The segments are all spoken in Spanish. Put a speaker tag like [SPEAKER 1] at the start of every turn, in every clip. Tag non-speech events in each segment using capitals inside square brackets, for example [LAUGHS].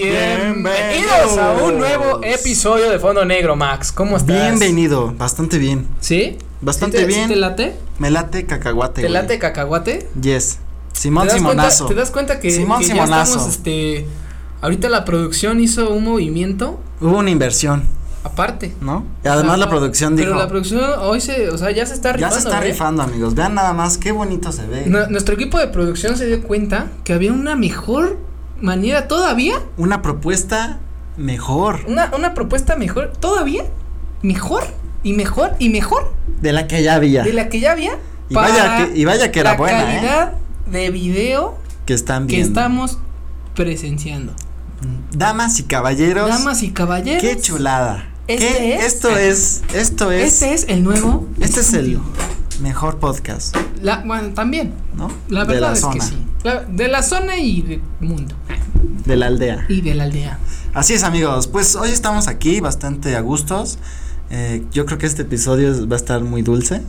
[SPEAKER 1] Bienvenidos a un nuevo episodio de Fondo Negro, Max. ¿Cómo estás?
[SPEAKER 2] Bienvenido, bastante bien.
[SPEAKER 1] ¿Sí?
[SPEAKER 2] Bastante
[SPEAKER 1] ¿Sí te,
[SPEAKER 2] bien.
[SPEAKER 1] sí te late?
[SPEAKER 2] Me late cacahuate.
[SPEAKER 1] ¿Te
[SPEAKER 2] güey.
[SPEAKER 1] late cacahuate?
[SPEAKER 2] Yes.
[SPEAKER 1] ¿Te
[SPEAKER 2] Simón
[SPEAKER 1] das, cuenta,
[SPEAKER 2] Simonazo.
[SPEAKER 1] ¿Te das cuenta que,
[SPEAKER 2] Simón
[SPEAKER 1] que ya
[SPEAKER 2] Simonazo.
[SPEAKER 1] estamos, este, ahorita la producción hizo un movimiento
[SPEAKER 2] Hubo una inversión,
[SPEAKER 1] aparte?
[SPEAKER 2] ¿no? Y además la
[SPEAKER 1] Ajá.
[SPEAKER 2] producción
[SPEAKER 1] Pero
[SPEAKER 2] dijo.
[SPEAKER 1] la producción hoy se, o sea, ya se está
[SPEAKER 2] ya
[SPEAKER 1] rifando,
[SPEAKER 2] se está
[SPEAKER 1] ¿eh?
[SPEAKER 2] rifando, amigos. Vean nada más qué bonito se ve.
[SPEAKER 1] Nu- Nuestro equipo de producción se dio cuenta que había una mejor manera todavía,
[SPEAKER 2] Una propuesta mejor
[SPEAKER 1] una, una propuesta mejor, todavía, mejor y mejor y mejor
[SPEAKER 2] de la que ya había.
[SPEAKER 1] de la que ya había.
[SPEAKER 2] Y vaya que- y vaya que era
[SPEAKER 1] la
[SPEAKER 2] buena, ¿eh?
[SPEAKER 1] calidad de video
[SPEAKER 2] Que están
[SPEAKER 1] que
[SPEAKER 2] bien.
[SPEAKER 1] estamos presenciando.
[SPEAKER 2] Damas y caballeros.
[SPEAKER 1] Damas y caballeros.
[SPEAKER 2] Qué chulada.
[SPEAKER 1] Este
[SPEAKER 2] Qué-
[SPEAKER 1] es-
[SPEAKER 2] Esto es. Esto es.
[SPEAKER 1] Este es el nuevo.
[SPEAKER 2] este es el mejor podcast,
[SPEAKER 1] La, bueno, también.
[SPEAKER 2] ¿no?
[SPEAKER 1] La
[SPEAKER 2] de
[SPEAKER 1] verdad
[SPEAKER 2] la
[SPEAKER 1] es
[SPEAKER 2] zona,
[SPEAKER 1] que sí. La- de la zona y del mundo.
[SPEAKER 2] de la aldea.
[SPEAKER 1] Y de la aldea.
[SPEAKER 2] Así es amigos, pues hoy estamos aquí bastante a gustos. Eh, yo creo que este episodio es- va a estar muy dulce.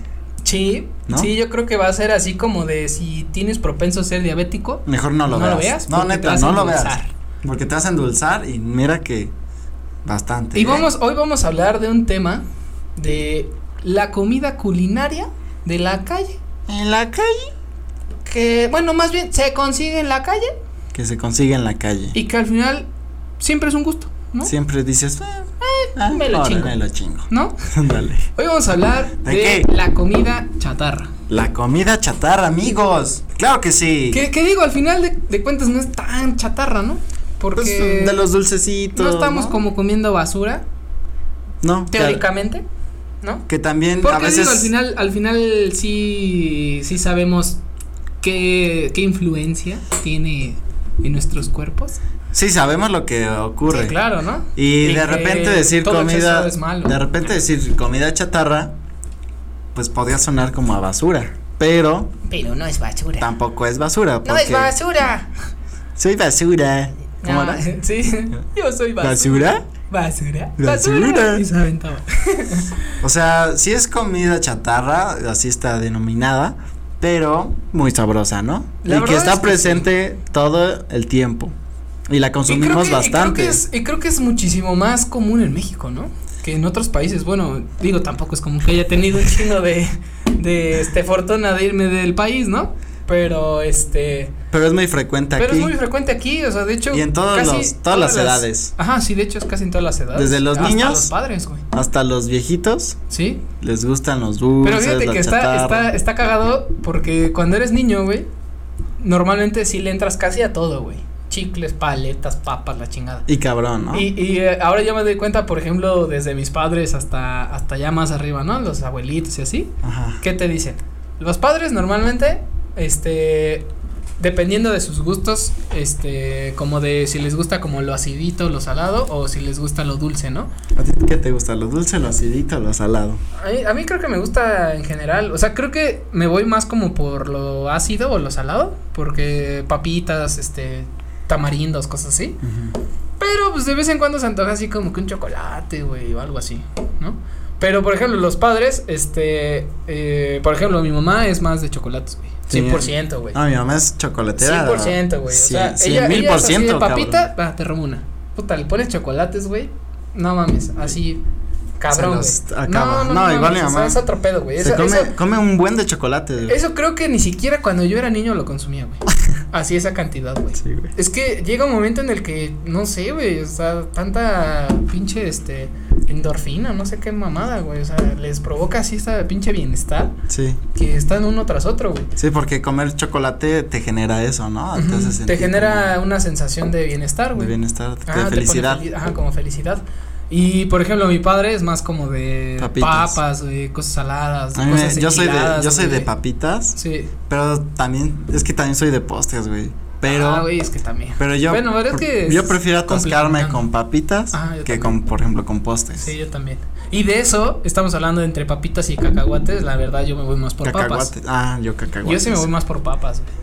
[SPEAKER 1] Sí,
[SPEAKER 2] ¿No?
[SPEAKER 1] sí, yo creo que va a ser así como de si tienes propenso a ser diabético,
[SPEAKER 2] Mejor no lo
[SPEAKER 1] No
[SPEAKER 2] veas.
[SPEAKER 1] lo veas
[SPEAKER 2] No,
[SPEAKER 1] porque te
[SPEAKER 2] neta,
[SPEAKER 1] vas a
[SPEAKER 2] no lo veas.
[SPEAKER 1] endulzar.
[SPEAKER 2] Porque te vas a endulzar y mira que bastante.
[SPEAKER 1] Y
[SPEAKER 2] ¿eh?
[SPEAKER 1] vamos, hoy vamos a hablar de un tema de la comida culinaria de la calle.
[SPEAKER 2] En la calle.
[SPEAKER 1] Que, bueno, más bien se consigue en la calle
[SPEAKER 2] Que se consigue en la calle.
[SPEAKER 1] y que al final siempre es un gusto, ¿no?
[SPEAKER 2] Siempre dices, "Eh, ah,
[SPEAKER 1] me lo
[SPEAKER 2] órale,
[SPEAKER 1] chingo".
[SPEAKER 2] me lo chingo. [LAUGHS]
[SPEAKER 1] ¿No?
[SPEAKER 2] Ándale.
[SPEAKER 1] Hoy vamos a hablar
[SPEAKER 2] ¿De
[SPEAKER 1] de,
[SPEAKER 2] qué?
[SPEAKER 1] la comida chatarra.
[SPEAKER 2] La comida chatarra, amigos. Claro que sí.
[SPEAKER 1] Que, que digo, al final de, de cuentas no es tan chatarra, ¿no? Porque
[SPEAKER 2] Pues, de los dulcecitos.
[SPEAKER 1] no estamos como comiendo basura,
[SPEAKER 2] No. que-
[SPEAKER 1] teóricamente, ¿no?
[SPEAKER 2] Que también a
[SPEAKER 1] Porque
[SPEAKER 2] veces.
[SPEAKER 1] digo, al final, al final sí, sí sabemos qué, qué influencia tiene en nuestros cuerpos.
[SPEAKER 2] Sí, sabemos lo que ocurre.
[SPEAKER 1] Sí, claro, ¿no?
[SPEAKER 2] Y, de
[SPEAKER 1] que
[SPEAKER 2] repente decir
[SPEAKER 1] todo
[SPEAKER 2] comida.
[SPEAKER 1] exceso es malo.
[SPEAKER 2] De repente decir comida chatarra, pues podría sonar como a basura. Pero
[SPEAKER 1] Pero no es basura.
[SPEAKER 2] tampoco es basura.
[SPEAKER 1] no
[SPEAKER 2] Porque
[SPEAKER 1] es basura.
[SPEAKER 2] Soy basura. ¿Cómo
[SPEAKER 1] No,
[SPEAKER 2] era?
[SPEAKER 1] Ah, [LAUGHS]
[SPEAKER 2] [LAUGHS]
[SPEAKER 1] sí, yo soy basura.
[SPEAKER 2] ¿Basura?
[SPEAKER 1] Basura.
[SPEAKER 2] Basura.
[SPEAKER 1] Y se aventaba.
[SPEAKER 2] O sea, sí es comida chatarra, así está denominada, pero muy sabrosa, ¿no?
[SPEAKER 1] La
[SPEAKER 2] y que
[SPEAKER 1] verdad
[SPEAKER 2] está
[SPEAKER 1] es que
[SPEAKER 2] presente todo el tiempo. Y la consumimos
[SPEAKER 1] y creo que,
[SPEAKER 2] bastante.
[SPEAKER 1] Y creo, que es, y creo que es muchísimo más común en México, ¿no? Que en otros países. Bueno, digo, tampoco es como que haya tenido un chingo de, de este, fortuna de irme del país, ¿no? Pero este.
[SPEAKER 2] Pero es muy frecuente
[SPEAKER 1] Pero
[SPEAKER 2] aquí.
[SPEAKER 1] es muy frecuente aquí, o sea, de hecho.
[SPEAKER 2] Y en todos
[SPEAKER 1] casi
[SPEAKER 2] los- todas las edades.
[SPEAKER 1] Ajá, sí, de hecho es casi en todas las edades.
[SPEAKER 2] Desde los
[SPEAKER 1] hasta
[SPEAKER 2] niños.
[SPEAKER 1] los padres, güey.
[SPEAKER 2] Hasta los viejitos
[SPEAKER 1] Sí.
[SPEAKER 2] les gustan los dulces.
[SPEAKER 1] Pero fíjate
[SPEAKER 2] la
[SPEAKER 1] que está,
[SPEAKER 2] chatarra.
[SPEAKER 1] está, está cagado porque cuando eres niño, güey, normalmente sí le entras casi a todo, güey. Chicles, paletas, papas, la chingada.
[SPEAKER 2] Y cabrón, ¿no?
[SPEAKER 1] Y, y, eh, ahora yo me doy cuenta, por ejemplo, desde mis padres hasta, hasta ya más arriba, ¿no? Los abuelitos y así.
[SPEAKER 2] Ajá.
[SPEAKER 1] ¿Qué te dicen? Los padres normalmente, este, dependiendo de sus gustos, este, como de si les gusta como lo acidito, lo salado, o si les gusta lo dulce, ¿no?
[SPEAKER 2] ¿A ti qué te gusta? ¿Lo dulce, lo acidito, lo salado?
[SPEAKER 1] A mí, a mí creo que me gusta en general, o sea, creo que me voy más como por lo ácido o lo salado, porque papitas, este, tamarindos, cosas así. Pero pues de vez en cuando se antoja así como que un chocolate, güey, o algo así, ¿no? Pero por ejemplo, los padres, este, eh, por ejemplo, mi mamá es más de chocolates, güey.
[SPEAKER 2] Sí.
[SPEAKER 1] 100%, güey.
[SPEAKER 2] Ah, mi mamá es chocolatera.
[SPEAKER 1] 100%, güey. O sea, ella,
[SPEAKER 2] mil
[SPEAKER 1] ella
[SPEAKER 2] por
[SPEAKER 1] es así de
[SPEAKER 2] ciento,
[SPEAKER 1] papita, va, te robo una. Puta, le pones chocolates, güey. No mames, así cabrón,
[SPEAKER 2] Se los
[SPEAKER 1] güey.
[SPEAKER 2] acaba. No, igual
[SPEAKER 1] mames,
[SPEAKER 2] mi
[SPEAKER 1] o sea,
[SPEAKER 2] mamá
[SPEAKER 1] es otro pedo, güey.
[SPEAKER 2] Se
[SPEAKER 1] Eso,
[SPEAKER 2] come,
[SPEAKER 1] eso-
[SPEAKER 2] come un buen de chocolate. güey.
[SPEAKER 1] eso creo que ni siquiera cuando yo era niño lo consumía,
[SPEAKER 2] [LAUGHS]
[SPEAKER 1] güey. Así esa cantidad, güey.
[SPEAKER 2] Sí, güey.
[SPEAKER 1] Es que llega un momento en el que, no sé, güey, o sea, tanta pinche, este, endorfina, no sé qué mamada, güey, o sea, les provoca así esta pinche bienestar
[SPEAKER 2] Sí.
[SPEAKER 1] que están uno tras otro, güey.
[SPEAKER 2] Sí, porque comer chocolate Ah, te genera eso, ¿no?
[SPEAKER 1] Ujú,
[SPEAKER 2] hace
[SPEAKER 1] Te
[SPEAKER 2] sentir
[SPEAKER 1] genera una sensación de bienestar,
[SPEAKER 2] como de
[SPEAKER 1] güey.
[SPEAKER 2] bienestar,
[SPEAKER 1] Ah,
[SPEAKER 2] de
[SPEAKER 1] te pone
[SPEAKER 2] felicidad.
[SPEAKER 1] feliz, ajá, como felicidad. Y, por ejemplo, mi padre es más como de
[SPEAKER 2] Papitas.
[SPEAKER 1] papas, güey, cosas saladas,
[SPEAKER 2] A mí me-
[SPEAKER 1] cosas
[SPEAKER 2] yo soy de
[SPEAKER 1] enchiladas,
[SPEAKER 2] yo soy de
[SPEAKER 1] güey.
[SPEAKER 2] papitas,
[SPEAKER 1] Sí.
[SPEAKER 2] pero también es que también soy de postres, güey. Pero
[SPEAKER 1] Ah, güey, es que también.
[SPEAKER 2] pero yo
[SPEAKER 1] Bueno, pero es que
[SPEAKER 2] yo
[SPEAKER 1] es
[SPEAKER 2] prefiero atascarme
[SPEAKER 1] complementando.
[SPEAKER 2] con papitas
[SPEAKER 1] Ah, yo
[SPEAKER 2] que
[SPEAKER 1] también.
[SPEAKER 2] con por ejemplo con postres.
[SPEAKER 1] Sí, yo también. Y de eso estamos hablando de entre papitas y cacahuates. La verdad, yo me voy más por papas.
[SPEAKER 2] Cacahuate. Ah, yo cacahuate.
[SPEAKER 1] Yo sí me voy más por papas. güey.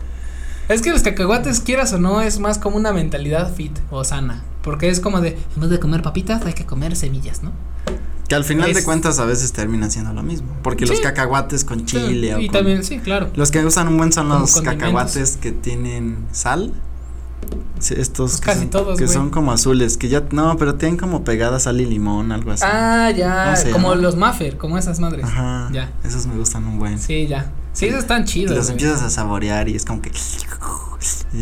[SPEAKER 1] Es que los cacahuates, quieras o no, es más como una mentalidad fit o sana. Porque es como de, en vez de comer papitas, hay que comer semillas, ¿no?
[SPEAKER 2] Que al final de
[SPEAKER 1] Es-
[SPEAKER 2] cuentas a veces termina siendo lo mismo, porque los
[SPEAKER 1] Sí.
[SPEAKER 2] cacahuates con chile o
[SPEAKER 1] Y
[SPEAKER 2] con-
[SPEAKER 1] también, sí, claro.
[SPEAKER 2] Los que me gustan un buen son
[SPEAKER 1] Como
[SPEAKER 2] los
[SPEAKER 1] condimentos.
[SPEAKER 2] cacahuates que tienen sal Sí, estos
[SPEAKER 1] Pues
[SPEAKER 2] que,
[SPEAKER 1] casi
[SPEAKER 2] son,
[SPEAKER 1] todos,
[SPEAKER 2] que
[SPEAKER 1] güey.
[SPEAKER 2] son como azules, que ya no, pero tienen como pegada sal y limón, algo así.
[SPEAKER 1] Ah, ya.
[SPEAKER 2] ¿Cómo se
[SPEAKER 1] Como
[SPEAKER 2] llama?
[SPEAKER 1] los Maffer, como esas madres.
[SPEAKER 2] Ajá.
[SPEAKER 1] Ya.
[SPEAKER 2] Esos me gustan un buen.
[SPEAKER 1] Sí, ya. Sí, esos están
[SPEAKER 2] Y
[SPEAKER 1] chidos.
[SPEAKER 2] los
[SPEAKER 1] güey.
[SPEAKER 2] empiezas a saborear y es como que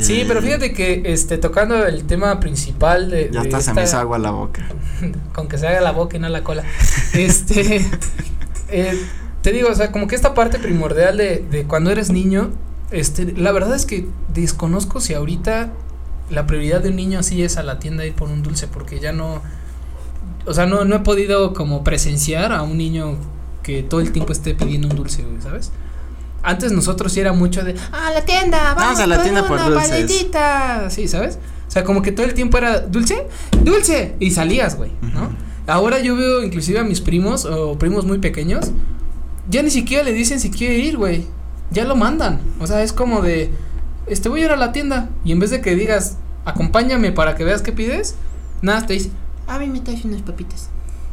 [SPEAKER 1] Sí, pero fíjate que este tocando el tema principal de,
[SPEAKER 2] ya
[SPEAKER 1] de
[SPEAKER 2] hasta se
[SPEAKER 1] esta-
[SPEAKER 2] me hizo agua la boca.
[SPEAKER 1] con que se haga la boca y no la cola.
[SPEAKER 2] [LAUGHS]
[SPEAKER 1] Este, eh, te digo, o sea, como que esta parte primordial de, de cuando eres niño, este, la verdad es que desconozco si ahorita la prioridad de un niño así es a la tienda ir por un dulce, porque ya no, o sea, no, no he podido como presenciar a un niño que todo el tiempo esté pidiendo un dulce, güey, ¿sabes? Antes nosotros sí era mucho de, ah, la tienda, vamos,
[SPEAKER 2] Vamos a la tienda por
[SPEAKER 1] una
[SPEAKER 2] dulces".
[SPEAKER 1] paletita", Sí, ¿sabes? O sea, como que todo el tiempo era dulce, dulce. Y salías, güey, ¿no?
[SPEAKER 2] Ujú.
[SPEAKER 1] Ahora yo veo inclusive a mis primos o primos muy pequeños, ya ni siquiera le dicen si quiere ir, güey. Ya lo mandan. O sea, es como de, este, voy a ir a la tienda. Y en vez de que digas, acompáñame para que veas qué pides, nada, te dice, a mí me traes unas papitas.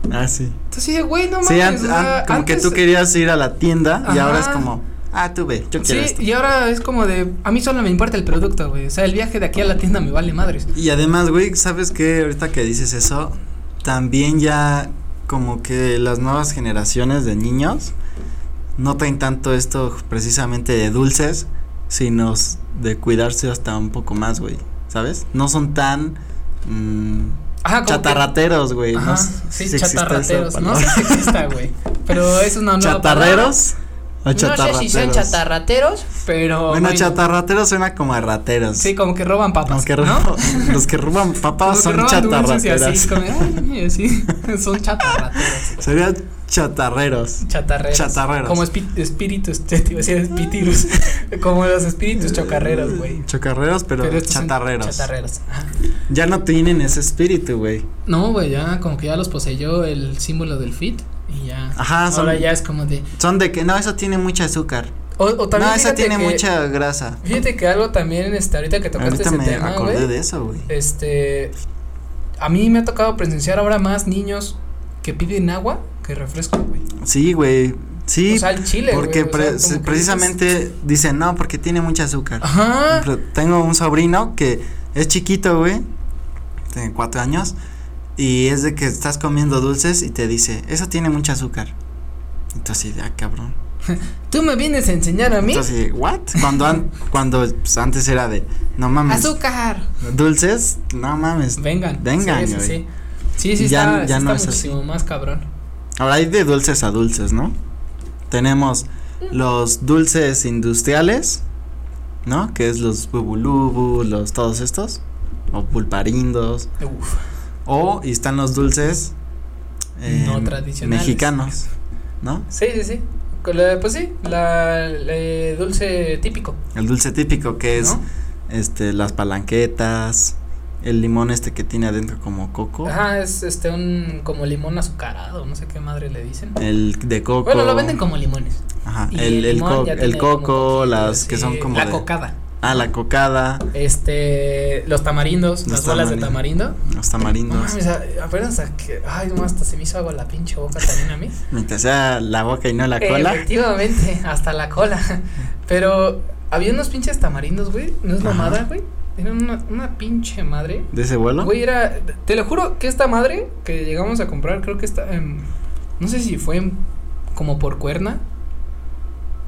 [SPEAKER 2] Ah, sí.
[SPEAKER 1] Entonces, güey, no mames.
[SPEAKER 2] sí, an-
[SPEAKER 1] o sea,
[SPEAKER 2] an- como que tú
[SPEAKER 1] antes-
[SPEAKER 2] querías ir a la tienda y ahora es
[SPEAKER 1] Ajá.
[SPEAKER 2] como, ah, tú ve, yo
[SPEAKER 1] Sí,
[SPEAKER 2] quiero esto.
[SPEAKER 1] y ahora es como de, a mí solo me importa el producto, güey. O sea, el viaje de aquí a la tienda me vale madres.
[SPEAKER 2] Y además, güey, ¿sabes qué? Ahorita que dices eso, también ya como que las nuevas generaciones de niños no traen tanto esto precisamente de dulces, sino s- de cuidarse hasta un poco más, güey, ¿sabes? No son tan mm,
[SPEAKER 1] Ajá, Ah, como que-
[SPEAKER 2] chatarrateros, güey. no
[SPEAKER 1] Ajá,
[SPEAKER 2] s-
[SPEAKER 1] sí,
[SPEAKER 2] si existe esa
[SPEAKER 1] chatarrateros. [LAUGHS] No sé
[SPEAKER 2] palabra.
[SPEAKER 1] si exista, güey. Pero es una nueva palabra,
[SPEAKER 2] ¿Chatarreros? o
[SPEAKER 1] No sé si son
[SPEAKER 2] chatarrateros?
[SPEAKER 1] chatarrateros, pero.
[SPEAKER 2] Bueno,
[SPEAKER 1] güey,
[SPEAKER 2] chatarrateros suena como a rateros.
[SPEAKER 1] Sí, como que roban papas.
[SPEAKER 2] Los que,
[SPEAKER 1] ¿no?
[SPEAKER 2] roban, los que roban
[SPEAKER 1] Como
[SPEAKER 2] papas
[SPEAKER 1] que
[SPEAKER 2] son
[SPEAKER 1] roban dulces y
[SPEAKER 2] chatarrateras.
[SPEAKER 1] así, como, ay, mira, sí, [LAUGHS] son chatarrateros.
[SPEAKER 2] Serían chatarreros.
[SPEAKER 1] Chatarreros.
[SPEAKER 2] Chatarreros.
[SPEAKER 1] Como espi- espíritus, [LAUGHS] te iba a decir espíritus. Como los espíritus chocarreros, güey.
[SPEAKER 2] Chocarreros, pero,
[SPEAKER 1] estos son
[SPEAKER 2] chatarreros.
[SPEAKER 1] Chatarreros. ajá.
[SPEAKER 2] Ya no tienen ese espíritu, güey.
[SPEAKER 1] No, güey, ya como que ya los poseyó el símbolo del fit y ya.
[SPEAKER 2] Ajá, son-
[SPEAKER 1] Ahora ya es como de.
[SPEAKER 2] Son de que no, eso tiene mucha azúcar.
[SPEAKER 1] O, o también.
[SPEAKER 2] no, esa
[SPEAKER 1] fíjate
[SPEAKER 2] tiene
[SPEAKER 1] que-
[SPEAKER 2] mucha grasa.
[SPEAKER 1] Fíjate que algo también, este, ahorita que tocaste
[SPEAKER 2] Ahorita
[SPEAKER 1] ese
[SPEAKER 2] me
[SPEAKER 1] tema,
[SPEAKER 2] acordé
[SPEAKER 1] güey,
[SPEAKER 2] de eso, güey.
[SPEAKER 1] Este, a mí me ha tocado presenciar ahora más niños que piden agua que refresco, güey.
[SPEAKER 2] Sí, güey. Sí,
[SPEAKER 1] o sea, el chile,
[SPEAKER 2] porque
[SPEAKER 1] güey, o sea,
[SPEAKER 2] pre-
[SPEAKER 1] como que
[SPEAKER 2] precisamente dicen, no, porque tiene mucha azúcar.
[SPEAKER 1] dices, Ajá.
[SPEAKER 2] Pero tengo un sobrino que es chiquito, güey. Tiene cuatro años. Y es de que estás comiendo dulces y te dice, eso tiene mucha azúcar. Entonces, ya, "Ah, cabrón.
[SPEAKER 1] Tú me vienes a enseñar a mí
[SPEAKER 2] Entonces, ¿what?
[SPEAKER 1] [LAUGHS]
[SPEAKER 2] Cuando, an- cuando pues, antes era de, no mames.
[SPEAKER 1] azúcar.
[SPEAKER 2] Dulces, no mames.
[SPEAKER 1] Vengan.
[SPEAKER 2] Vengan,
[SPEAKER 1] Sí, sí,
[SPEAKER 2] güey.
[SPEAKER 1] sí. Sí, sí,
[SPEAKER 2] Ya-
[SPEAKER 1] está,
[SPEAKER 2] ya
[SPEAKER 1] sí
[SPEAKER 2] no
[SPEAKER 1] está
[SPEAKER 2] es así.
[SPEAKER 1] muchísimo más cabrón.
[SPEAKER 2] Ahora hay de dulces a dulces, ¿no? Tenemos
[SPEAKER 1] Mm.
[SPEAKER 2] los dulces industriales, ¿no? Que es los bubulubu, los todos estos. O pulparindos.
[SPEAKER 1] Uf,
[SPEAKER 2] O y están los dulces
[SPEAKER 1] Oh. No
[SPEAKER 2] em,
[SPEAKER 1] tradicionales.
[SPEAKER 2] mexicanos, ¿no?
[SPEAKER 1] Sí, sí, sí. Con la- Pues sí, la, el dulce típico.
[SPEAKER 2] El dulce típico que es
[SPEAKER 1] ¿no?
[SPEAKER 2] este las palanquetas, el limón este que tiene adentro como coco,
[SPEAKER 1] Ajá, es este un como limón azucarado, no sé qué madre le dicen.
[SPEAKER 2] el de coco.
[SPEAKER 1] Bueno, lo venden como limones.
[SPEAKER 2] Ajá,
[SPEAKER 1] Y
[SPEAKER 2] el, el,
[SPEAKER 1] limón
[SPEAKER 2] co-
[SPEAKER 1] ya
[SPEAKER 2] el
[SPEAKER 1] tiene como
[SPEAKER 2] coco,
[SPEAKER 1] poquito,
[SPEAKER 2] las
[SPEAKER 1] sí,
[SPEAKER 2] que son como
[SPEAKER 1] la
[SPEAKER 2] de-
[SPEAKER 1] cocada.
[SPEAKER 2] ah, la cocada,
[SPEAKER 1] Este, los tamarindos,
[SPEAKER 2] Los
[SPEAKER 1] las bolas de
[SPEAKER 2] tamarindo.
[SPEAKER 1] tamarindo. Ah,
[SPEAKER 2] los
[SPEAKER 1] No
[SPEAKER 2] tamarindos.
[SPEAKER 1] mames, a- apenas a que, ay, no, hasta se me hizo agua la pinche boca también a mí.
[SPEAKER 2] Mientras sea la boca y no [LAUGHS] la cola.
[SPEAKER 1] Efectivamente, hasta la cola. Pero había unos pinches tamarindos, güey, no es
[SPEAKER 2] Ajá.
[SPEAKER 1] mamada, güey. Era una, una pinche madre.
[SPEAKER 2] ¿De ese vuelo?
[SPEAKER 1] Güey, era, te lo juro que esta madre que llegamos a comprar, creo que está en, no sé si fue en- como por cuerna,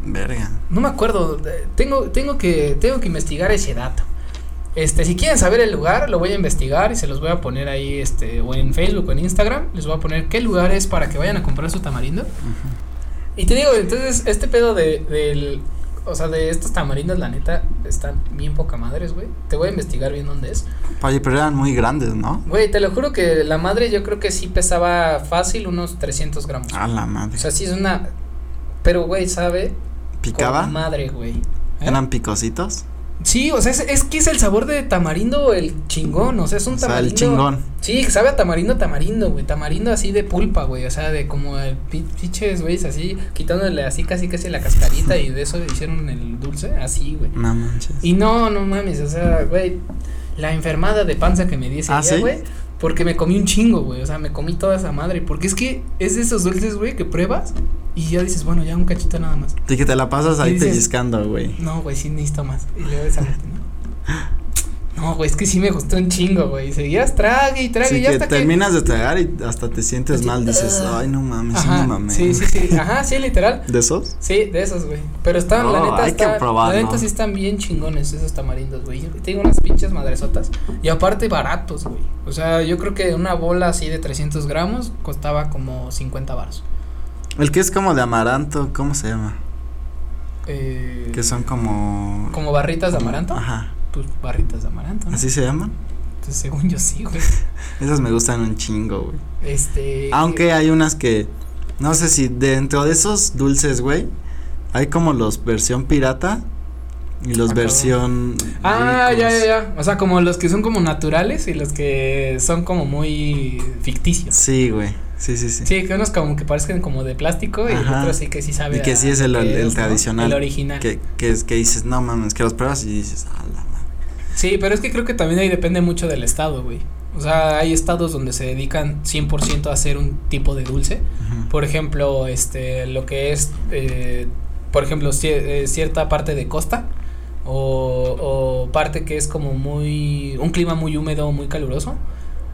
[SPEAKER 2] Verga.
[SPEAKER 1] No me acuerdo, eh, tengo, tengo, que, tengo que investigar ese dato. Este, si quieren saber el lugar, lo voy a investigar y se los voy a poner ahí, este, o en Facebook o en Instagram, les voy a poner qué lugar es para que vayan a comprar su tamarindo. Y te digo, entonces, este pedo de, del, o sea, de estos tamarindos, la neta, están bien poca madres, güey. Te voy a investigar bien dónde es.
[SPEAKER 2] Oye, pero eran muy grandes, ¿no?
[SPEAKER 1] Güey, te lo juro que la madre yo creo que sí pesaba fácil unos 300 gramos.
[SPEAKER 2] A la madre.
[SPEAKER 1] O sea, sí es una, pero güey, sabe, con
[SPEAKER 2] ¿Picaba?
[SPEAKER 1] madre, güey. ¿Eh?
[SPEAKER 2] ¿Eran picositos?
[SPEAKER 1] Sí, o sea, es, es que es el sabor de tamarindo el chingón, o sea, es un
[SPEAKER 2] O sea,
[SPEAKER 1] tamarindo.
[SPEAKER 2] el chingón.
[SPEAKER 1] Sí, que sabe a tamarindo, tamarindo, güey, tamarindo así de pulpa, güey, o sea, de como el pi- pinches, güey, así, quitándole así casi casi la cascarita y de eso hicieron el dulce, así, güey.
[SPEAKER 2] No manches.
[SPEAKER 1] Y no, no mames, o sea, güey, la enfermada de panza que me di ese
[SPEAKER 2] ¿Ah,
[SPEAKER 1] día,
[SPEAKER 2] sí?
[SPEAKER 1] güey, porque me comí un chingo, güey, o sea, me comí toda esa madre, porque es que es de esos dulces, güey, que pruebas y ya dices, bueno, ya un cachito nada más.
[SPEAKER 2] Y que te la pasas
[SPEAKER 1] Y
[SPEAKER 2] ahí
[SPEAKER 1] dices-
[SPEAKER 2] pellizcando, güey. [LAUGHS]
[SPEAKER 1] No, güey, sí necesito más. Y luego esa parte, ¿no? No, güey, es que sí me gustó un chingo, güey. Seguías trague y trague
[SPEAKER 2] Sí,
[SPEAKER 1] y ya
[SPEAKER 2] que
[SPEAKER 1] hasta que.
[SPEAKER 2] terminas de tragar y hasta te sientes
[SPEAKER 1] Así,
[SPEAKER 2] mal, dices,
[SPEAKER 1] ah.
[SPEAKER 2] ay, no mames, sí
[SPEAKER 1] Ajá,
[SPEAKER 2] me mamé.
[SPEAKER 1] sí, sí, sí. Ajá, sí, literal.
[SPEAKER 2] ¿De esos?
[SPEAKER 1] Sí, de esos, güey. Pero están, la
[SPEAKER 2] No,
[SPEAKER 1] neta,
[SPEAKER 2] hay que
[SPEAKER 1] está-
[SPEAKER 2] probar,
[SPEAKER 1] la neta
[SPEAKER 2] ¿no?
[SPEAKER 1] sí están bien chingones esos tamarindos, güey. Yo Tengo unas pinches madresotas. Y aparte baratos, güey. O sea, yo creo que una bola así de 300 gramos costaba como 50 baros.
[SPEAKER 2] El que es como de amaranto, ¿cómo se llama?
[SPEAKER 1] Eh,
[SPEAKER 2] Que son como...
[SPEAKER 1] Como barritas de amaranto.
[SPEAKER 2] Ajá,
[SPEAKER 1] Pues barritas de amaranto, ¿no?
[SPEAKER 2] ¿así se llaman?
[SPEAKER 1] Entonces, según yo sí, güey.
[SPEAKER 2] Esas me gustan un chingo, güey.
[SPEAKER 1] Este.
[SPEAKER 2] Aunque hay unas que, no sé si dentro de esos dulces, güey, hay como los versión pirata y los
[SPEAKER 1] Ah, cabrón.
[SPEAKER 2] versión...
[SPEAKER 1] Ah, ya,
[SPEAKER 2] ricos.
[SPEAKER 1] ya, ya. O sea, como los que son como naturales y los que son como muy ficticios.
[SPEAKER 2] Sí, güey, sí, sí, sí.
[SPEAKER 1] Sí, que unos como que parecen como de plástico y
[SPEAKER 2] este. Ajá.
[SPEAKER 1] otros sí que sí sabe.
[SPEAKER 2] Y que
[SPEAKER 1] a-
[SPEAKER 2] sí es el-
[SPEAKER 1] a
[SPEAKER 2] el
[SPEAKER 1] quesos, Ah, ¿no?
[SPEAKER 2] tradicional.
[SPEAKER 1] El original.
[SPEAKER 2] Que, que, es- que dices, no mames, que los pruebas y dices, ah, la madre.
[SPEAKER 1] Sí, pero es que creo que también ahí depende mucho del estado, güey. O sea, hay estados donde se dedican 100% a hacer un tipo de dulce.
[SPEAKER 2] Ujú.
[SPEAKER 1] Por ejemplo, este, lo que es, eh, por ejemplo, cier- eh, cierta parte de costa o, o parte que es como muy, un clima muy húmedo, muy caluroso.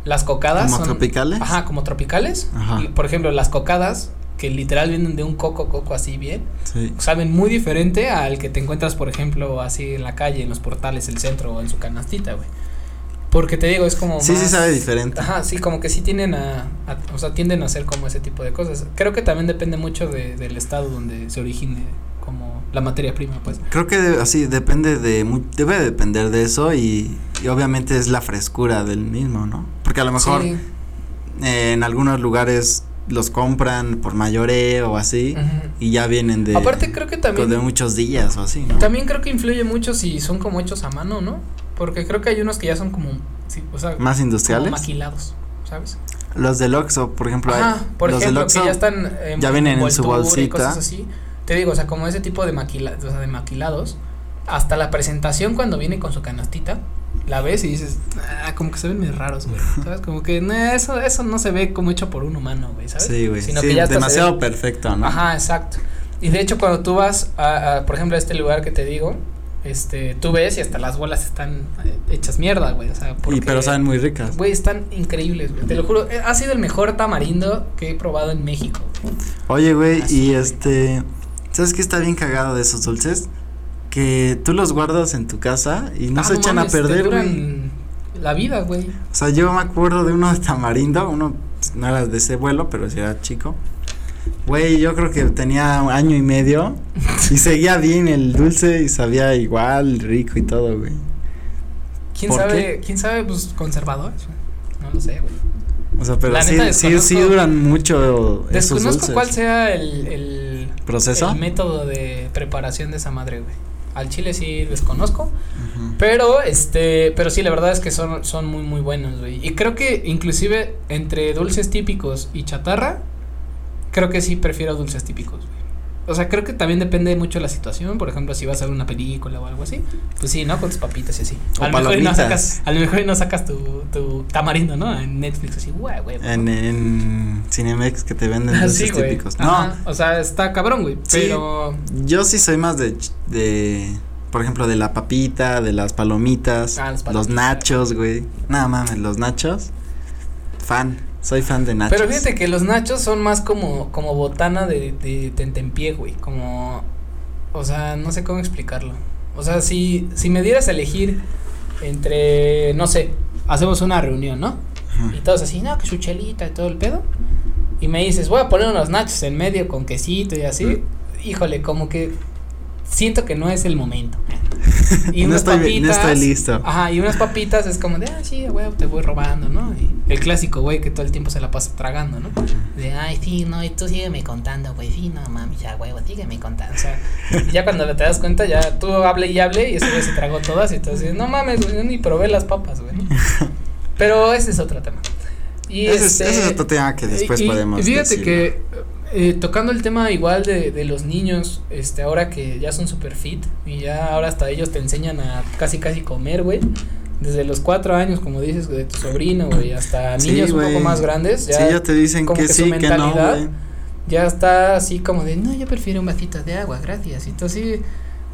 [SPEAKER 1] Las cocadas.
[SPEAKER 2] ¿Como
[SPEAKER 1] son-
[SPEAKER 2] tropicales?
[SPEAKER 1] Ajá, como tropicales.
[SPEAKER 2] Ajá.
[SPEAKER 1] Y, por ejemplo, las cocadas, que literal vienen de un coco, coco así bien,
[SPEAKER 2] Sí.
[SPEAKER 1] saben muy diferente al que te encuentras, por ejemplo, así en la calle, en los portales, el centro o en su canastita, güey. Porque te digo, es como.
[SPEAKER 2] Sí, sí
[SPEAKER 1] más-
[SPEAKER 2] sabe diferente.
[SPEAKER 1] Ajá, sí, como que sí tienden a, a- o sea, tienden a hacer como ese tipo de cosas. Creo que también depende mucho de- del estado donde se origine como la materia prima, pues.
[SPEAKER 2] Creo que de- así depende de mu- debe depender de eso y, y obviamente es la frescura del mismo, ¿no? Porque a lo mejor
[SPEAKER 1] Sí,
[SPEAKER 2] eh, en algunos lugares los compran por mayoreo o así
[SPEAKER 1] ujú.
[SPEAKER 2] y ya vienen de
[SPEAKER 1] Aparte creo que también
[SPEAKER 2] de muchos días o así, ¿no?
[SPEAKER 1] también creo que influye mucho si son como hechos a mano, ¿no? Porque creo que hay unos que ya son como sí, o sea,
[SPEAKER 2] Más
[SPEAKER 1] como
[SPEAKER 2] industriales.
[SPEAKER 1] maquilados, ¿sabes?
[SPEAKER 2] Los del Oxxo, por ejemplo, hay-
[SPEAKER 1] Ajá, por
[SPEAKER 2] los
[SPEAKER 1] ejemplo, que
[SPEAKER 2] Oxxo,
[SPEAKER 1] ya están eh,
[SPEAKER 2] ya
[SPEAKER 1] en
[SPEAKER 2] vienen en su
[SPEAKER 1] envoltura y cosas
[SPEAKER 2] bolsita.
[SPEAKER 1] así. Te digo, o sea, como ese tipo de maquila, o sea, de maquilados, hasta la presentación cuando viene con su canastita, la ves y dices, ah, como que se ven muy raros, güey. ¿Sabes? Como que "Nah, eso eso no se ve como hecho por un humano, güey, ¿sabes?
[SPEAKER 2] Sí, güey.
[SPEAKER 1] Sino
[SPEAKER 2] sí,
[SPEAKER 1] que ya hasta se
[SPEAKER 2] demasiado
[SPEAKER 1] ve-
[SPEAKER 2] perfecto, ¿no?
[SPEAKER 1] Ajá, exacto. Y de hecho cuando tú vas a, a, por ejemplo, a este lugar que te digo, este, tú ves y hasta las bolas están eh, hechas mierda, güey, o sea,
[SPEAKER 2] Y
[SPEAKER 1] porque
[SPEAKER 2] pero saben muy ricas.
[SPEAKER 1] Güey, están increíbles, güey. Te lo juro, eh, ha sido el mejor tamarindo que he probado en México. güey.
[SPEAKER 2] Oye, güey,
[SPEAKER 1] Así,
[SPEAKER 2] y
[SPEAKER 1] güey.
[SPEAKER 2] este, ¿sabes qué está bien cagado de esos dulces? Que tú los guardas en tu casa y no
[SPEAKER 1] Ah,
[SPEAKER 2] se echan
[SPEAKER 1] mames,
[SPEAKER 2] a
[SPEAKER 1] te
[SPEAKER 2] perder,
[SPEAKER 1] duran
[SPEAKER 2] güey.
[SPEAKER 1] La vida, güey.
[SPEAKER 2] O sea, yo me acuerdo de uno de tamarindo, uno no era de ese vuelo, pero sí era chico. Güey, yo creo que tenía un año y
[SPEAKER 1] [LAUGHS]
[SPEAKER 2] medio y seguía bien el dulce y sabía igual, rico y todo, güey.
[SPEAKER 1] ¿Quién
[SPEAKER 2] ¿Por
[SPEAKER 1] sabe?
[SPEAKER 2] qué?
[SPEAKER 1] ¿Quién sabe? Pues conservadores, güey. No lo sé, güey.
[SPEAKER 2] O sea, pero
[SPEAKER 1] La
[SPEAKER 2] sí,
[SPEAKER 1] neta,
[SPEAKER 2] sí, sí
[SPEAKER 1] desconozco-
[SPEAKER 2] duran mucho esos
[SPEAKER 1] Desconozco
[SPEAKER 2] dulces.
[SPEAKER 1] cuál sea el, el,
[SPEAKER 2] ¿Proceso?
[SPEAKER 1] el método de preparación de esa madre, güey. Al chile sí desconozco.
[SPEAKER 2] Ujú.
[SPEAKER 1] Pero, este, pero sí, la verdad es que son, son muy, muy buenos, güey. Y creo que inclusive entre dulces típicos y chatarra, creo que sí prefiero dulces típicos, güey. O sea, creo que también depende mucho de la situación. Por ejemplo, si vas a ver una película o algo así, pues sí, ¿no? Con tus papitas y así.
[SPEAKER 2] O
[SPEAKER 1] a, lo mejor y no
[SPEAKER 2] palomitas.
[SPEAKER 1] sacas, a lo mejor y no sacas tu, tu tamarindo, ¿no? En Netflix, así, güey, güey.
[SPEAKER 2] En, en Cinemex que
[SPEAKER 1] [LAUGHS]
[SPEAKER 2] te venden
[SPEAKER 1] Así,
[SPEAKER 2] dulces
[SPEAKER 1] Ah, güey.
[SPEAKER 2] típicos.
[SPEAKER 1] Ajá,
[SPEAKER 2] No,
[SPEAKER 1] O sea, está cabrón, güey.
[SPEAKER 2] Sí.
[SPEAKER 1] Pero.
[SPEAKER 2] Yo sí soy más de, ch- de, por ejemplo, de la papita, de las palomitas,
[SPEAKER 1] Ah, las
[SPEAKER 2] los
[SPEAKER 1] palomitas.
[SPEAKER 2] nachos, güey. Nada mames, los nachos. Fan, soy fan de nachos.
[SPEAKER 1] Pero fíjate que los nachos son más como, como botana de, de tentempié, güey. Como. O sea, no sé cómo explicarlo. O sea, si, si me dieras a elegir entre. No sé, hacemos una reunión, ¿no?
[SPEAKER 2] Ujú.
[SPEAKER 1] Y todos así, no, que su chelita y todo el pedo. Y me dices, voy a poner unos nachos en medio con quesito y así.
[SPEAKER 2] ¿Eh?
[SPEAKER 1] Híjole, como que. Siento que no es el
[SPEAKER 2] [LAUGHS]
[SPEAKER 1] momento.
[SPEAKER 2] No estoy- no estoy listo.
[SPEAKER 1] Ajá, y unas papitas es como de, ah, sí, güey, te voy robando, ¿no? Y el clásico, güey, que todo el tiempo se la pasa tragando, ¿no? De, ay, sí, no, y tú sígueme contando, güey, sí, no, mami, ya, güey, sígueme contando. O sea, y ya cuando te das cuenta, ya tú hable y hable y ese güey se tragó todas y entonces, no mames, güey, yo ni probé las papas,
[SPEAKER 2] [LAUGHS]
[SPEAKER 1] güey. ¿no?". Pero ese es otro tema. Y
[SPEAKER 2] ese, es-
[SPEAKER 1] este,
[SPEAKER 2] ese es otro tema que después
[SPEAKER 1] y- y
[SPEAKER 2] podemos.
[SPEAKER 1] Fíjate
[SPEAKER 2] decirlo.
[SPEAKER 1] que eh, tocando el tema igual de, de los niños, este, ahora que ya son super fit y ya ahora hasta ellos te enseñan a casi casi comer, güey. Desde los cuatro años, como dices, de tu sobrino, güey, hasta
[SPEAKER 2] Sí,
[SPEAKER 1] niños un
[SPEAKER 2] güey.
[SPEAKER 1] poco más grandes, ya,
[SPEAKER 2] sí, ya te dicen
[SPEAKER 1] como
[SPEAKER 2] que,
[SPEAKER 1] que su
[SPEAKER 2] sí, que no,
[SPEAKER 1] mentalidad
[SPEAKER 2] güey.
[SPEAKER 1] ya está así como de, no, yo prefiero un vasito de agua, gracias. Y tú así,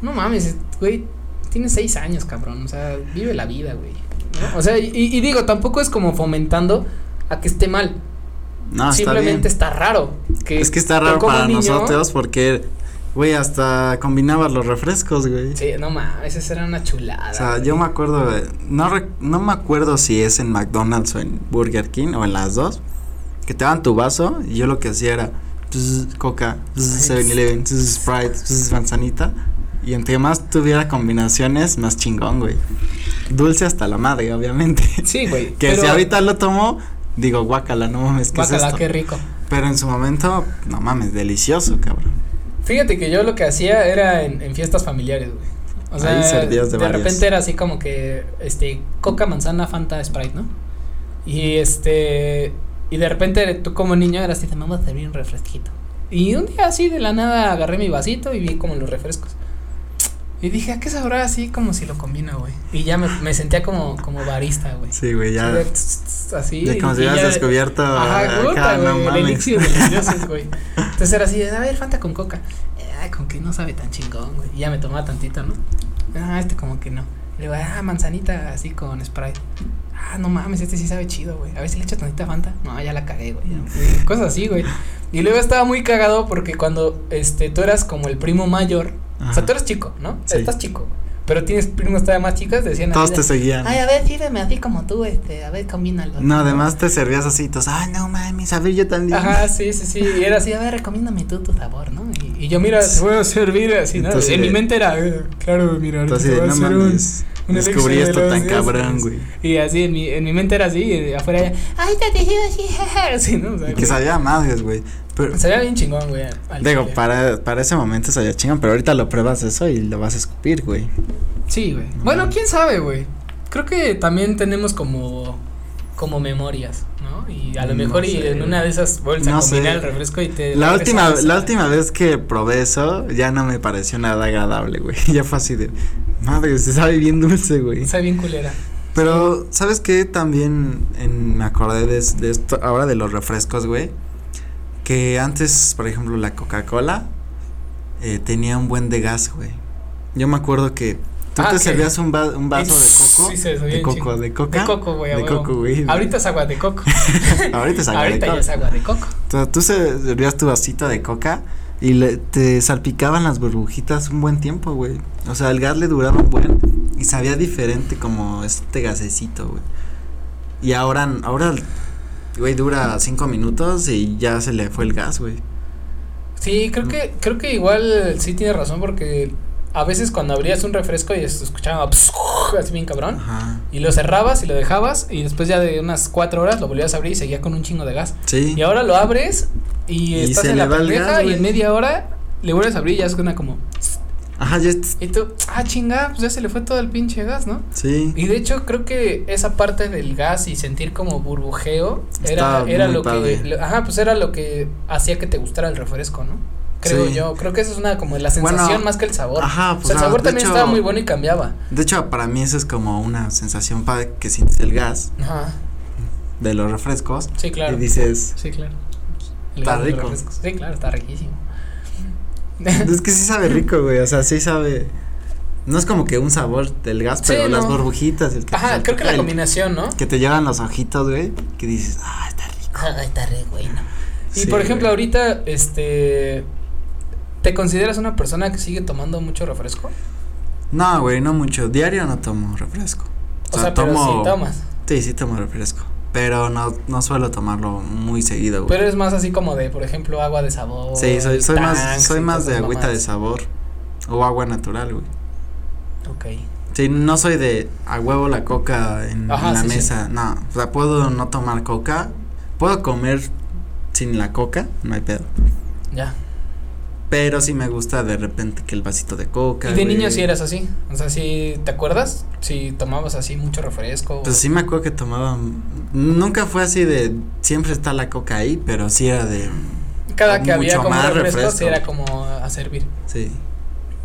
[SPEAKER 1] no mames, güey, tienes seis años, cabrón, o sea, vive la vida, güey. ¿no? O sea, y, y digo, tampoco es como fomentando a que esté mal.
[SPEAKER 2] No, Ah, está bien.
[SPEAKER 1] Simplemente está raro. Que
[SPEAKER 2] Es que está
[SPEAKER 1] tú
[SPEAKER 2] raro
[SPEAKER 1] como
[SPEAKER 2] para
[SPEAKER 1] niño-
[SPEAKER 2] nosotros porque, güey, hasta combinabas los refrescos, güey.
[SPEAKER 1] Sí, no mames, esa era una chulada.
[SPEAKER 2] O sea,
[SPEAKER 1] güey.
[SPEAKER 2] yo me acuerdo, eh, no, rec- no me acuerdo si es en McDonald's o en Burger King o en las dos, que te daban tu vaso y yo lo que hacía era pss, coca,
[SPEAKER 1] Ay,
[SPEAKER 2] 7-Eleven, Sprite, pss, manzanita. Y entre más tuviera combinaciones, más chingón, güey. Dulce hasta la madre, obviamente. [LAUGHS]
[SPEAKER 1] Sí, güey.
[SPEAKER 2] que
[SPEAKER 1] pero-
[SPEAKER 2] si ahorita lo tomo, digo, guácala, no mames, ¿qué es
[SPEAKER 1] guácala,
[SPEAKER 2] esto?
[SPEAKER 1] qué rico.
[SPEAKER 2] Pero en su momento, no mames, delicioso, cabrón.
[SPEAKER 1] Fíjate que yo lo que hacía era en, en fiestas familiares, güey. O sea,
[SPEAKER 2] Ahí servías de
[SPEAKER 1] de,
[SPEAKER 2] varias.
[SPEAKER 1] repente era así como que, este, coca, manzana, fanta, sprite, ¿no? Y este, y de repente tú como niño eras así, te vamos a servir un refresquito. Y un día así de la nada agarré mi vasito y vi como los refrescos. Y dije, ¿a qué sabrá así como si lo combino, güey? Y ya me, me sentía como, como barista, güey.
[SPEAKER 2] Sí, güey, ya.
[SPEAKER 1] Así de, tss, tss, Así.
[SPEAKER 2] Ya como si
[SPEAKER 1] y
[SPEAKER 2] hubieras
[SPEAKER 1] ya-
[SPEAKER 2] descubierto
[SPEAKER 1] Ajá,
[SPEAKER 2] acá,
[SPEAKER 1] puta,
[SPEAKER 2] no
[SPEAKER 1] güey, el
[SPEAKER 2] mames.
[SPEAKER 1] elixir
[SPEAKER 2] [LAUGHS]
[SPEAKER 1] de los dioses, güey. Entonces era así, de, a ver, Fanta con coca. Eh, Ay, con que no sabe tan chingón, güey. Y ya me tomaba tantito, ¿no? Ah, este como que no. Le digo, ah, manzanita así con Sprite. Ah, no mames, este sí sabe chido, güey. A ver si le echo tantita Fanta. No, ya la cagué, güey. ya. Cosas así, güey. Y luego estaba muy cagado porque cuando, este, tú eras como el primo mayor. O
[SPEAKER 2] Ajá.
[SPEAKER 1] sea, tú eres chico, ¿no?
[SPEAKER 2] Sí.
[SPEAKER 1] Estás chico. Pero tienes primas todavía más chicas, decían. así
[SPEAKER 2] Todos
[SPEAKER 1] de,
[SPEAKER 2] te seguían.
[SPEAKER 1] Ay, a ver, sírveme así como tú, este, a ver, combínalo.
[SPEAKER 2] No, además te servías así, todos, ay, no mames, a ver, yo también.
[SPEAKER 1] Ajá, sí, sí, sí. Y era así, a ver, recomiéndame tú tu sabor, ¿no? Y, y yo, mira, te voy a servir así, ¿no?
[SPEAKER 2] Entonces,
[SPEAKER 1] en mi
[SPEAKER 2] eh,
[SPEAKER 1] mente era, eh, claro, mira, ahorita
[SPEAKER 2] Entonces,
[SPEAKER 1] te voy a
[SPEAKER 2] no
[SPEAKER 1] hacer un-
[SPEAKER 2] mames,
[SPEAKER 1] un
[SPEAKER 2] descubrí
[SPEAKER 1] elixir de
[SPEAKER 2] esto
[SPEAKER 1] los
[SPEAKER 2] tan
[SPEAKER 1] dioses.
[SPEAKER 2] cabrón, güey.
[SPEAKER 1] Y así, en mi, en mi mente era así, y afuera ya, ay, te dije así, [LAUGHS] jeje", así, ¿no? O sea,
[SPEAKER 2] Y Que sabía madres, güey. Pero,
[SPEAKER 1] Pues se veía bien chingón, güey. al
[SPEAKER 2] digo,
[SPEAKER 1] chile.
[SPEAKER 2] para, para ese momento sabía chingón, pero ahorita lo pruebas eso y lo vas a escupir, güey.
[SPEAKER 1] Sí, güey. Bueno, quién sabe, güey. Creo que también tenemos como como memorias, ¿no? Y a lo
[SPEAKER 2] Mm, No
[SPEAKER 1] mejor y
[SPEAKER 2] sé,
[SPEAKER 1] en una de esas bolsas
[SPEAKER 2] No
[SPEAKER 1] combina
[SPEAKER 2] sé.
[SPEAKER 1] el refresco y te
[SPEAKER 2] La
[SPEAKER 1] regresas
[SPEAKER 2] última,
[SPEAKER 1] a-
[SPEAKER 2] la última vez que probé eso, ya no me pareció nada agradable, güey. [LAUGHS] Ya fue así de, madre, se sabe bien dulce, güey.
[SPEAKER 1] Está bien culera.
[SPEAKER 2] Pero, ¿sabes qué? También en- me acordé de, es- de esto, ahora de los refrescos, güey. Que antes, por ejemplo, la Coca-Cola eh, tenía un buen de gas, güey. Yo me acuerdo que tú
[SPEAKER 1] Ah,
[SPEAKER 2] te
[SPEAKER 1] ok.
[SPEAKER 2] servías un, va- un vaso de coco.
[SPEAKER 1] Sí, se sabía
[SPEAKER 2] de
[SPEAKER 1] un
[SPEAKER 2] coco,
[SPEAKER 1] chingo.
[SPEAKER 2] de coca.
[SPEAKER 1] De coco, güey. a
[SPEAKER 2] de
[SPEAKER 1] huevo.
[SPEAKER 2] coco, güey. [LAUGHS]
[SPEAKER 1] Ahorita es agua de coco.
[SPEAKER 2] Ahorita es agua de
[SPEAKER 1] Ahorita ya
[SPEAKER 2] coco.
[SPEAKER 1] es agua de coco.
[SPEAKER 2] Entonces, tú se- servías tu vasito de coca y le, te salpicaban las burbujitas un buen tiempo, güey. O sea, el gas le duraba un buen y sabía diferente como este gasecito, güey. Y ahora, ahora, güey, dura cinco minutos y ya se le fue el gas, güey.
[SPEAKER 1] Sí, creo
[SPEAKER 2] Mm.
[SPEAKER 1] que, creo que igual sí tienes razón porque a veces cuando abrías un refresco y se escuchaba pss, así bien cabrón.
[SPEAKER 2] Ajá.
[SPEAKER 1] Y lo cerrabas y lo dejabas y después ya de unas cuatro horas lo volvías a abrir y seguía con un chingo de gas.
[SPEAKER 2] Sí.
[SPEAKER 1] Y ahora lo abres y,
[SPEAKER 2] Y
[SPEAKER 1] estás
[SPEAKER 2] se
[SPEAKER 1] en
[SPEAKER 2] le
[SPEAKER 1] la
[SPEAKER 2] va el
[SPEAKER 1] pendeja
[SPEAKER 2] gas,
[SPEAKER 1] y
[SPEAKER 2] güey.
[SPEAKER 1] en media hora le vuelves a abrir y ya suena como...
[SPEAKER 2] Ajá, ya. es-
[SPEAKER 1] Y tú, ah, chinga, pues ya se le fue todo el pinche gas, ¿no?
[SPEAKER 2] Sí.
[SPEAKER 1] Y de hecho creo que esa parte del gas y sentir como burbujeo era,
[SPEAKER 2] Estaba
[SPEAKER 1] era
[SPEAKER 2] muy
[SPEAKER 1] lo
[SPEAKER 2] padre.
[SPEAKER 1] que lo- ajá, pues era lo que hacía que te gustara el refresco, ¿no? Creo
[SPEAKER 2] Sí.
[SPEAKER 1] yo, creo que esa es una como la
[SPEAKER 2] Bueno,
[SPEAKER 1] sensación más que el sabor.
[SPEAKER 2] Ajá,
[SPEAKER 1] o sea, el
[SPEAKER 2] ah,
[SPEAKER 1] sabor
[SPEAKER 2] de
[SPEAKER 1] también
[SPEAKER 2] hecho-
[SPEAKER 1] estaba muy bueno y cambiaba.
[SPEAKER 2] De hecho, para mí eso es como una sensación padre que sientes el gas
[SPEAKER 1] Ajá.
[SPEAKER 2] de los refrescos
[SPEAKER 1] Sí, claro.
[SPEAKER 2] y dices,
[SPEAKER 1] Sí, claro. El
[SPEAKER 2] Está
[SPEAKER 1] gas de los
[SPEAKER 2] rico.
[SPEAKER 1] refrescos. Sí, claro, está
[SPEAKER 2] [LAUGHS]
[SPEAKER 1] riquísimo. [LAUGHS]
[SPEAKER 2] Es que sí sabe rico, güey. O sea, sí sabe. No es como que un sabor del gas,
[SPEAKER 1] Sí,
[SPEAKER 2] pero las
[SPEAKER 1] no.
[SPEAKER 2] burbujitas, el que te
[SPEAKER 1] Ajá, creo que la
[SPEAKER 2] salpica, el
[SPEAKER 1] combinación, ¿no?
[SPEAKER 2] Que te llevan los ojitos, güey. Que dices, ah, está rico.
[SPEAKER 1] Ay, está re bueno. Y
[SPEAKER 2] Sí,
[SPEAKER 1] por ejemplo,
[SPEAKER 2] güey.
[SPEAKER 1] ahorita, este. ¿Te consideras una persona que sigue tomando mucho refresco?
[SPEAKER 2] No, güey, no mucho. Diario no tomo refresco.
[SPEAKER 1] O sea, pero sí tomas.
[SPEAKER 2] Sí, sí tomo refresco. Pero no, no suelo tomarlo muy seguido, güey.
[SPEAKER 1] Pero es más así como de, por ejemplo, agua de sabor.
[SPEAKER 2] sí, soy, soy
[SPEAKER 1] Tangs
[SPEAKER 2] más,
[SPEAKER 1] y
[SPEAKER 2] soy más de
[SPEAKER 1] cosas
[SPEAKER 2] agüita de
[SPEAKER 1] mamadas.
[SPEAKER 2] sabor. O agua natural, güey.
[SPEAKER 1] Ok.
[SPEAKER 2] Sí, no soy de a huevo la coca en,
[SPEAKER 1] Ajá,
[SPEAKER 2] en la
[SPEAKER 1] sí, sí.
[SPEAKER 2] mesa. No, o sea, puedo no tomar coca. Puedo comer sin la coca, no hay pedo.
[SPEAKER 1] Ya.
[SPEAKER 2] Pero sí me gusta de repente que el vasito de coca.
[SPEAKER 1] ¿Y de
[SPEAKER 2] güey.
[SPEAKER 1] niño sí eras así? O sea, ¿sí ¿te acuerdas? Si tomabas así mucho refresco.
[SPEAKER 2] Pues sí me acuerdo que tomaba. Nunca fue así de. Siempre está la coca ahí, pero sí era de.
[SPEAKER 1] Cada que había
[SPEAKER 2] mucho
[SPEAKER 1] como
[SPEAKER 2] más
[SPEAKER 1] refresco, sí
[SPEAKER 2] refresco.
[SPEAKER 1] era como a servir.
[SPEAKER 2] Sí.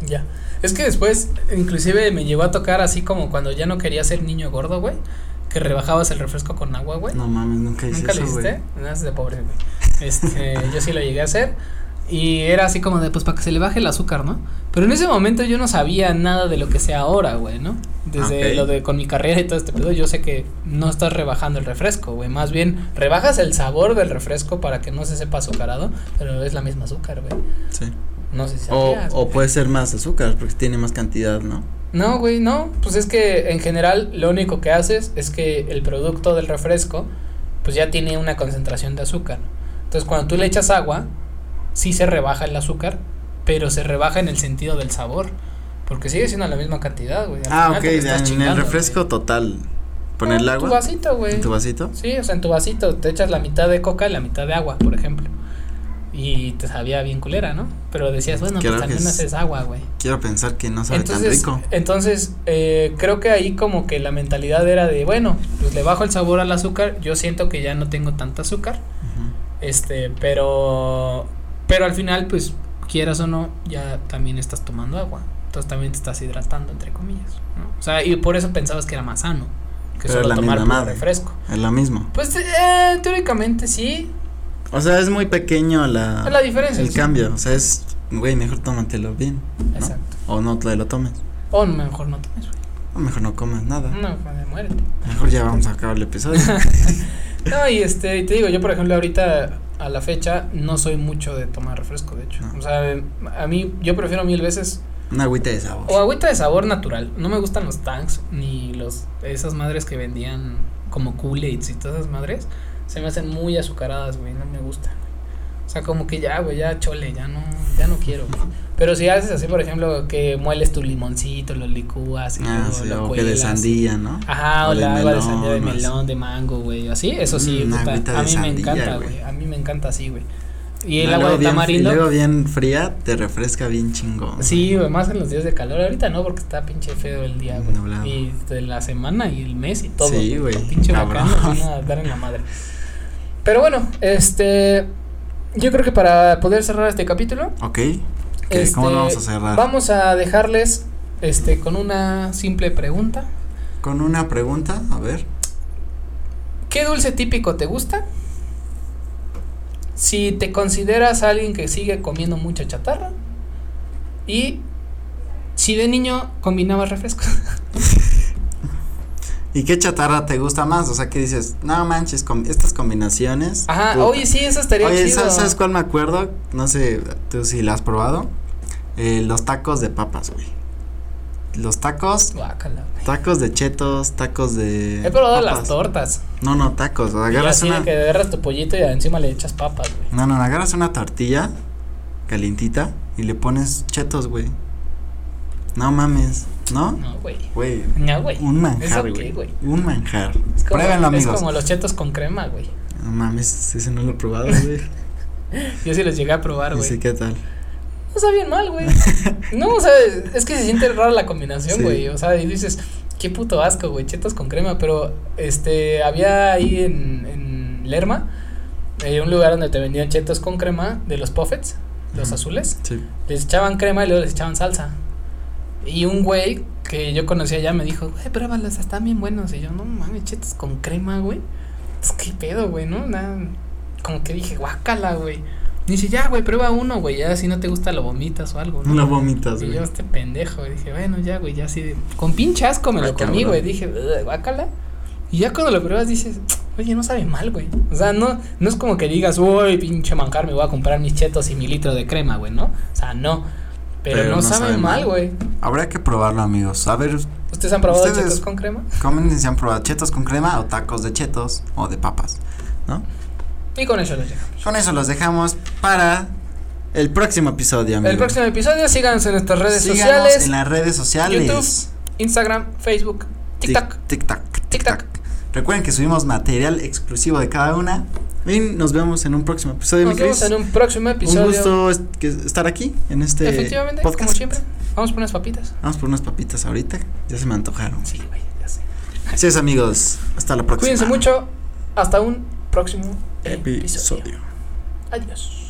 [SPEAKER 1] Ya. Es que después, inclusive me llegó a tocar así como cuando ya no quería ser niño gordo, güey. Que rebajabas el refresco con agua, güey.
[SPEAKER 2] No mames, nunca hice
[SPEAKER 1] ¿Nunca
[SPEAKER 2] eso,
[SPEAKER 1] lo [LAUGHS]
[SPEAKER 2] güey.
[SPEAKER 1] hiciste? No, es de pobre, güey. Este, yo sí lo llegué a hacer. Y era así como de, pues para que se le baje el azúcar, ¿no? Pero en ese momento yo no sabía nada de lo que sea ahora, güey, ¿no? Desde
[SPEAKER 2] Ok.
[SPEAKER 1] lo de con mi carrera y todo este pedo, yo sé que no estás rebajando el refresco, güey. Más bien, rebajas el sabor del refresco para que no se sepa azucarado, pero es la misma azúcar, güey.
[SPEAKER 2] Sí.
[SPEAKER 1] No sé si
[SPEAKER 2] O,
[SPEAKER 1] sabías,
[SPEAKER 2] o
[SPEAKER 1] güey.
[SPEAKER 2] puede ser más azúcar porque tiene más cantidad, ¿no?
[SPEAKER 1] No, güey, no. Pues es que en general lo único que haces es que el producto del refresco, pues ya tiene una concentración de azúcar. Entonces cuando tú le echas agua, sí se rebaja el azúcar, pero se rebaja en el sentido del sabor. Porque sigue siendo la misma cantidad, güey. Al
[SPEAKER 2] Ah,
[SPEAKER 1] final
[SPEAKER 2] ok,
[SPEAKER 1] te lo estás
[SPEAKER 2] ya, en el
[SPEAKER 1] chingando,
[SPEAKER 2] refresco
[SPEAKER 1] güey.
[SPEAKER 2] total. Poner el
[SPEAKER 1] No,
[SPEAKER 2] agua.
[SPEAKER 1] Tu vasito, güey.
[SPEAKER 2] ¿En tu vasito?
[SPEAKER 1] Sí, o sea, en tu vasito te echas la mitad de coca y la mitad de agua, por ejemplo. Y te sabía bien culera, ¿no? Pero decías, bueno,
[SPEAKER 2] Creo
[SPEAKER 1] pues
[SPEAKER 2] que
[SPEAKER 1] también
[SPEAKER 2] es-
[SPEAKER 1] haces agua, güey.
[SPEAKER 2] Quiero pensar que no sabe
[SPEAKER 1] Entonces,
[SPEAKER 2] tan rico.
[SPEAKER 1] entonces eh, creo que ahí como que la mentalidad era de, bueno, pues le bajo el sabor al azúcar, yo siento que ya no tengo tanta azúcar,
[SPEAKER 2] Ujú.
[SPEAKER 1] este, pero, pero al final, pues, quieras o no, ya también estás tomando agua, entonces también te estás hidratando, entre comillas, ¿no? O sea, y por eso pensabas que era más sano, que
[SPEAKER 2] Pero es
[SPEAKER 1] solo
[SPEAKER 2] la
[SPEAKER 1] tomar
[SPEAKER 2] misma
[SPEAKER 1] puro
[SPEAKER 2] madre.
[SPEAKER 1] refresco.
[SPEAKER 2] Es lo mismo.
[SPEAKER 1] Pues, eh, teóricamente sí,
[SPEAKER 2] O sea, es muy pequeño la,
[SPEAKER 1] es la diferencia.
[SPEAKER 2] el
[SPEAKER 1] sí.
[SPEAKER 2] cambio. O sea, es, güey, mejor tómatelo bien. ¿no?
[SPEAKER 1] Exacto.
[SPEAKER 2] O no te lo tomes.
[SPEAKER 1] O mejor no tomes, güey.
[SPEAKER 2] O mejor no comas nada.
[SPEAKER 1] no, pues, joder, muérete.
[SPEAKER 2] Mejor ya vamos a acabar
[SPEAKER 1] [LAUGHS]
[SPEAKER 2] el episodio.
[SPEAKER 1] No, y este, y te digo, yo por ejemplo ahorita a la fecha no soy mucho de tomar refresco, de hecho.
[SPEAKER 2] No.
[SPEAKER 1] O sea, a mí yo prefiero mil veces
[SPEAKER 2] Una agüita de sabor.
[SPEAKER 1] o agüita de sabor natural. No me gustan los tanks ni los esas madres que vendían como Kool-Aids y todas esas madres. Se me hacen muy azucaradas, güey, no me gustan. güey. O sea, como que ya, güey, ya chole, ya no ya no
[SPEAKER 2] [LAUGHS]
[SPEAKER 1] quiero. güey. Pero si haces así, por ejemplo, que mueles tu limoncito, lo licúas y
[SPEAKER 2] Ah,
[SPEAKER 1] luego
[SPEAKER 2] sí,
[SPEAKER 1] lo
[SPEAKER 2] o que de
[SPEAKER 1] cuelas.
[SPEAKER 2] sandía, ¿no?
[SPEAKER 1] Ajá, o,
[SPEAKER 2] O de
[SPEAKER 1] la agua de sandía de
[SPEAKER 2] melón, o así.
[SPEAKER 1] melón, de mango, güey, así, eso sí,
[SPEAKER 2] Mm, una
[SPEAKER 1] puta,
[SPEAKER 2] agüita
[SPEAKER 1] a
[SPEAKER 2] de
[SPEAKER 1] mí me
[SPEAKER 2] sandía,
[SPEAKER 1] encanta,
[SPEAKER 2] güey.
[SPEAKER 1] güey, a mí me encanta así, güey. Y
[SPEAKER 2] No,
[SPEAKER 1] el agua
[SPEAKER 2] luego
[SPEAKER 1] de
[SPEAKER 2] bien-
[SPEAKER 1] tamarindo,
[SPEAKER 2] Y luego bien fría, te refresca bien chingón.
[SPEAKER 1] sí, güey, más en los días de calor, ahorita no, porque está pinche feo el día, güey,
[SPEAKER 2] Nublado.
[SPEAKER 1] y de la semana y el mes y todo,
[SPEAKER 2] Sí, güey,
[SPEAKER 1] pinche
[SPEAKER 2] cabrón.
[SPEAKER 1] bacano, van a dar en la madre. Pero bueno, este, yo creo que para poder cerrar este capítulo,
[SPEAKER 2] Ok. ¿Qué- ¿Cómo lo vamos a
[SPEAKER 1] este,
[SPEAKER 2] cerrar?
[SPEAKER 1] Vamos a dejarles, este, con una simple pregunta,
[SPEAKER 2] Con una pregunta, a ver.
[SPEAKER 1] ¿Qué dulce típico te gusta? Si te consideras alguien que sigue comiendo mucha chatarra. Y si de niño combinabas refrescos. [LAUGHS]
[SPEAKER 2] ¿Y qué chatarra te gusta más? O sea, que dices, no manches, con estas combinaciones.
[SPEAKER 1] Ajá,
[SPEAKER 2] puta".
[SPEAKER 1] oye, sí, eso estaría
[SPEAKER 2] Oye,
[SPEAKER 1] chido.
[SPEAKER 2] ¿sabes, sabes cuál me acuerdo? No sé, tú si la has probado. Eh, los tacos de papas, güey. Los tacos,
[SPEAKER 1] Guácala, güey.
[SPEAKER 2] tacos de chetos, tacos de.
[SPEAKER 1] He probado las
[SPEAKER 2] Eh, papas.
[SPEAKER 1] tortas.
[SPEAKER 2] No, no, tacos. o sea,
[SPEAKER 1] Y
[SPEAKER 2] Agarras
[SPEAKER 1] así de
[SPEAKER 2] una.
[SPEAKER 1] que agarras tu pollito y encima le echas papas, güey.
[SPEAKER 2] No, no, no, agarras una tortilla calientita y le pones chetos, güey. No mames, ¿no?
[SPEAKER 1] No, güey.
[SPEAKER 2] Güey,
[SPEAKER 1] No, güey.
[SPEAKER 2] un
[SPEAKER 1] ¿Eso
[SPEAKER 2] manjar,
[SPEAKER 1] qué,
[SPEAKER 2] güey.
[SPEAKER 1] güey?
[SPEAKER 2] Un manjar.
[SPEAKER 1] Es como-
[SPEAKER 2] Pruébenlo,
[SPEAKER 1] es
[SPEAKER 2] amigos.
[SPEAKER 1] como los chetos con crema, güey.
[SPEAKER 2] No mames, ese no lo he
[SPEAKER 1] [LAUGHS]
[SPEAKER 2] probado, güey.
[SPEAKER 1] Yo sí los llegué a probar,
[SPEAKER 2] Y
[SPEAKER 1] güey.
[SPEAKER 2] sé qué tal.
[SPEAKER 1] No está bien mal,
[SPEAKER 2] [LAUGHS]
[SPEAKER 1] güey. No, o sea, es que se siente rara la combinación,
[SPEAKER 2] Sí.
[SPEAKER 1] güey. O sea, y dices, qué puto asco, güey, chetos con crema. Pero, este, había ahí en, en Lerma, eh, un lugar donde te vendían chetos con crema de los Puffets, los
[SPEAKER 2] Ujú.
[SPEAKER 1] azules.
[SPEAKER 2] Sí.
[SPEAKER 1] Les echaban crema y luego les echaban salsa. Y un güey que yo conocía ya me dijo, güey, pruébalos, están bien buenos. Y yo, no mames, chetos con crema, güey. Pues qué pedo, güey, ¿no? Nada, como que dije, guácala, güey. Y dice, ya, güey, prueba uno, güey. Ya si no te gusta lo vomitas o algo, ¿no?
[SPEAKER 2] No vomitas,
[SPEAKER 1] Y
[SPEAKER 2] güey.
[SPEAKER 1] yo, este pendejo, y dije, bueno, ya, güey, ya así de. Con pinche asco me
[SPEAKER 2] Ah,
[SPEAKER 1] lo comí,
[SPEAKER 2] cabrón.
[SPEAKER 1] güey. Dije, "Ugh, guácala. Y ya cuando lo pruebas dices, oye, no sabe mal, güey. O sea, no, no es como que digas, uy, pinche manjar, me voy a comprar mis chetos y mi litro de crema, güey, ¿no? O sea, no. Pero, no, sabe, mal, güey.
[SPEAKER 2] Habrá que probarlo, amigos. A ver,
[SPEAKER 1] ¿Ustedes han probado
[SPEAKER 2] Ustedes-
[SPEAKER 1] chetos con crema?
[SPEAKER 2] comen si han probado chetos con crema o tacos de chetos o de papas, ¿no?
[SPEAKER 1] Y con eso les llegamos.
[SPEAKER 2] Con eso los dejamos para el próximo episodio, amigos.
[SPEAKER 1] El próximo episodio, síganos en nuestras redes
[SPEAKER 2] Síganos
[SPEAKER 1] sociales:
[SPEAKER 2] en las redes sociales.
[SPEAKER 1] YouTube, Instagram, Facebook, TikTok.
[SPEAKER 2] Tic- Tic-tac.
[SPEAKER 1] Tic-tac.
[SPEAKER 2] Tic-tac. Recuerden que subimos material exclusivo de cada una. Y nos vemos en un próximo episodio,
[SPEAKER 1] Nos
[SPEAKER 2] mi
[SPEAKER 1] vemos
[SPEAKER 2] Cris.
[SPEAKER 1] en un próximo episodio.
[SPEAKER 2] Un gusto est- que- estar aquí en este
[SPEAKER 1] Efectivamente,
[SPEAKER 2] podcast.
[SPEAKER 1] como siempre. Vamos por unas papitas.
[SPEAKER 2] Vamos por unas papitas ahorita. Ya se me antojaron.
[SPEAKER 1] Sí, güey, ya sé.
[SPEAKER 2] Así es, amigos. Hasta la próxima.
[SPEAKER 1] Cuídense mucho. Hasta un próximo episodio.
[SPEAKER 2] Episodio.
[SPEAKER 1] Adiós.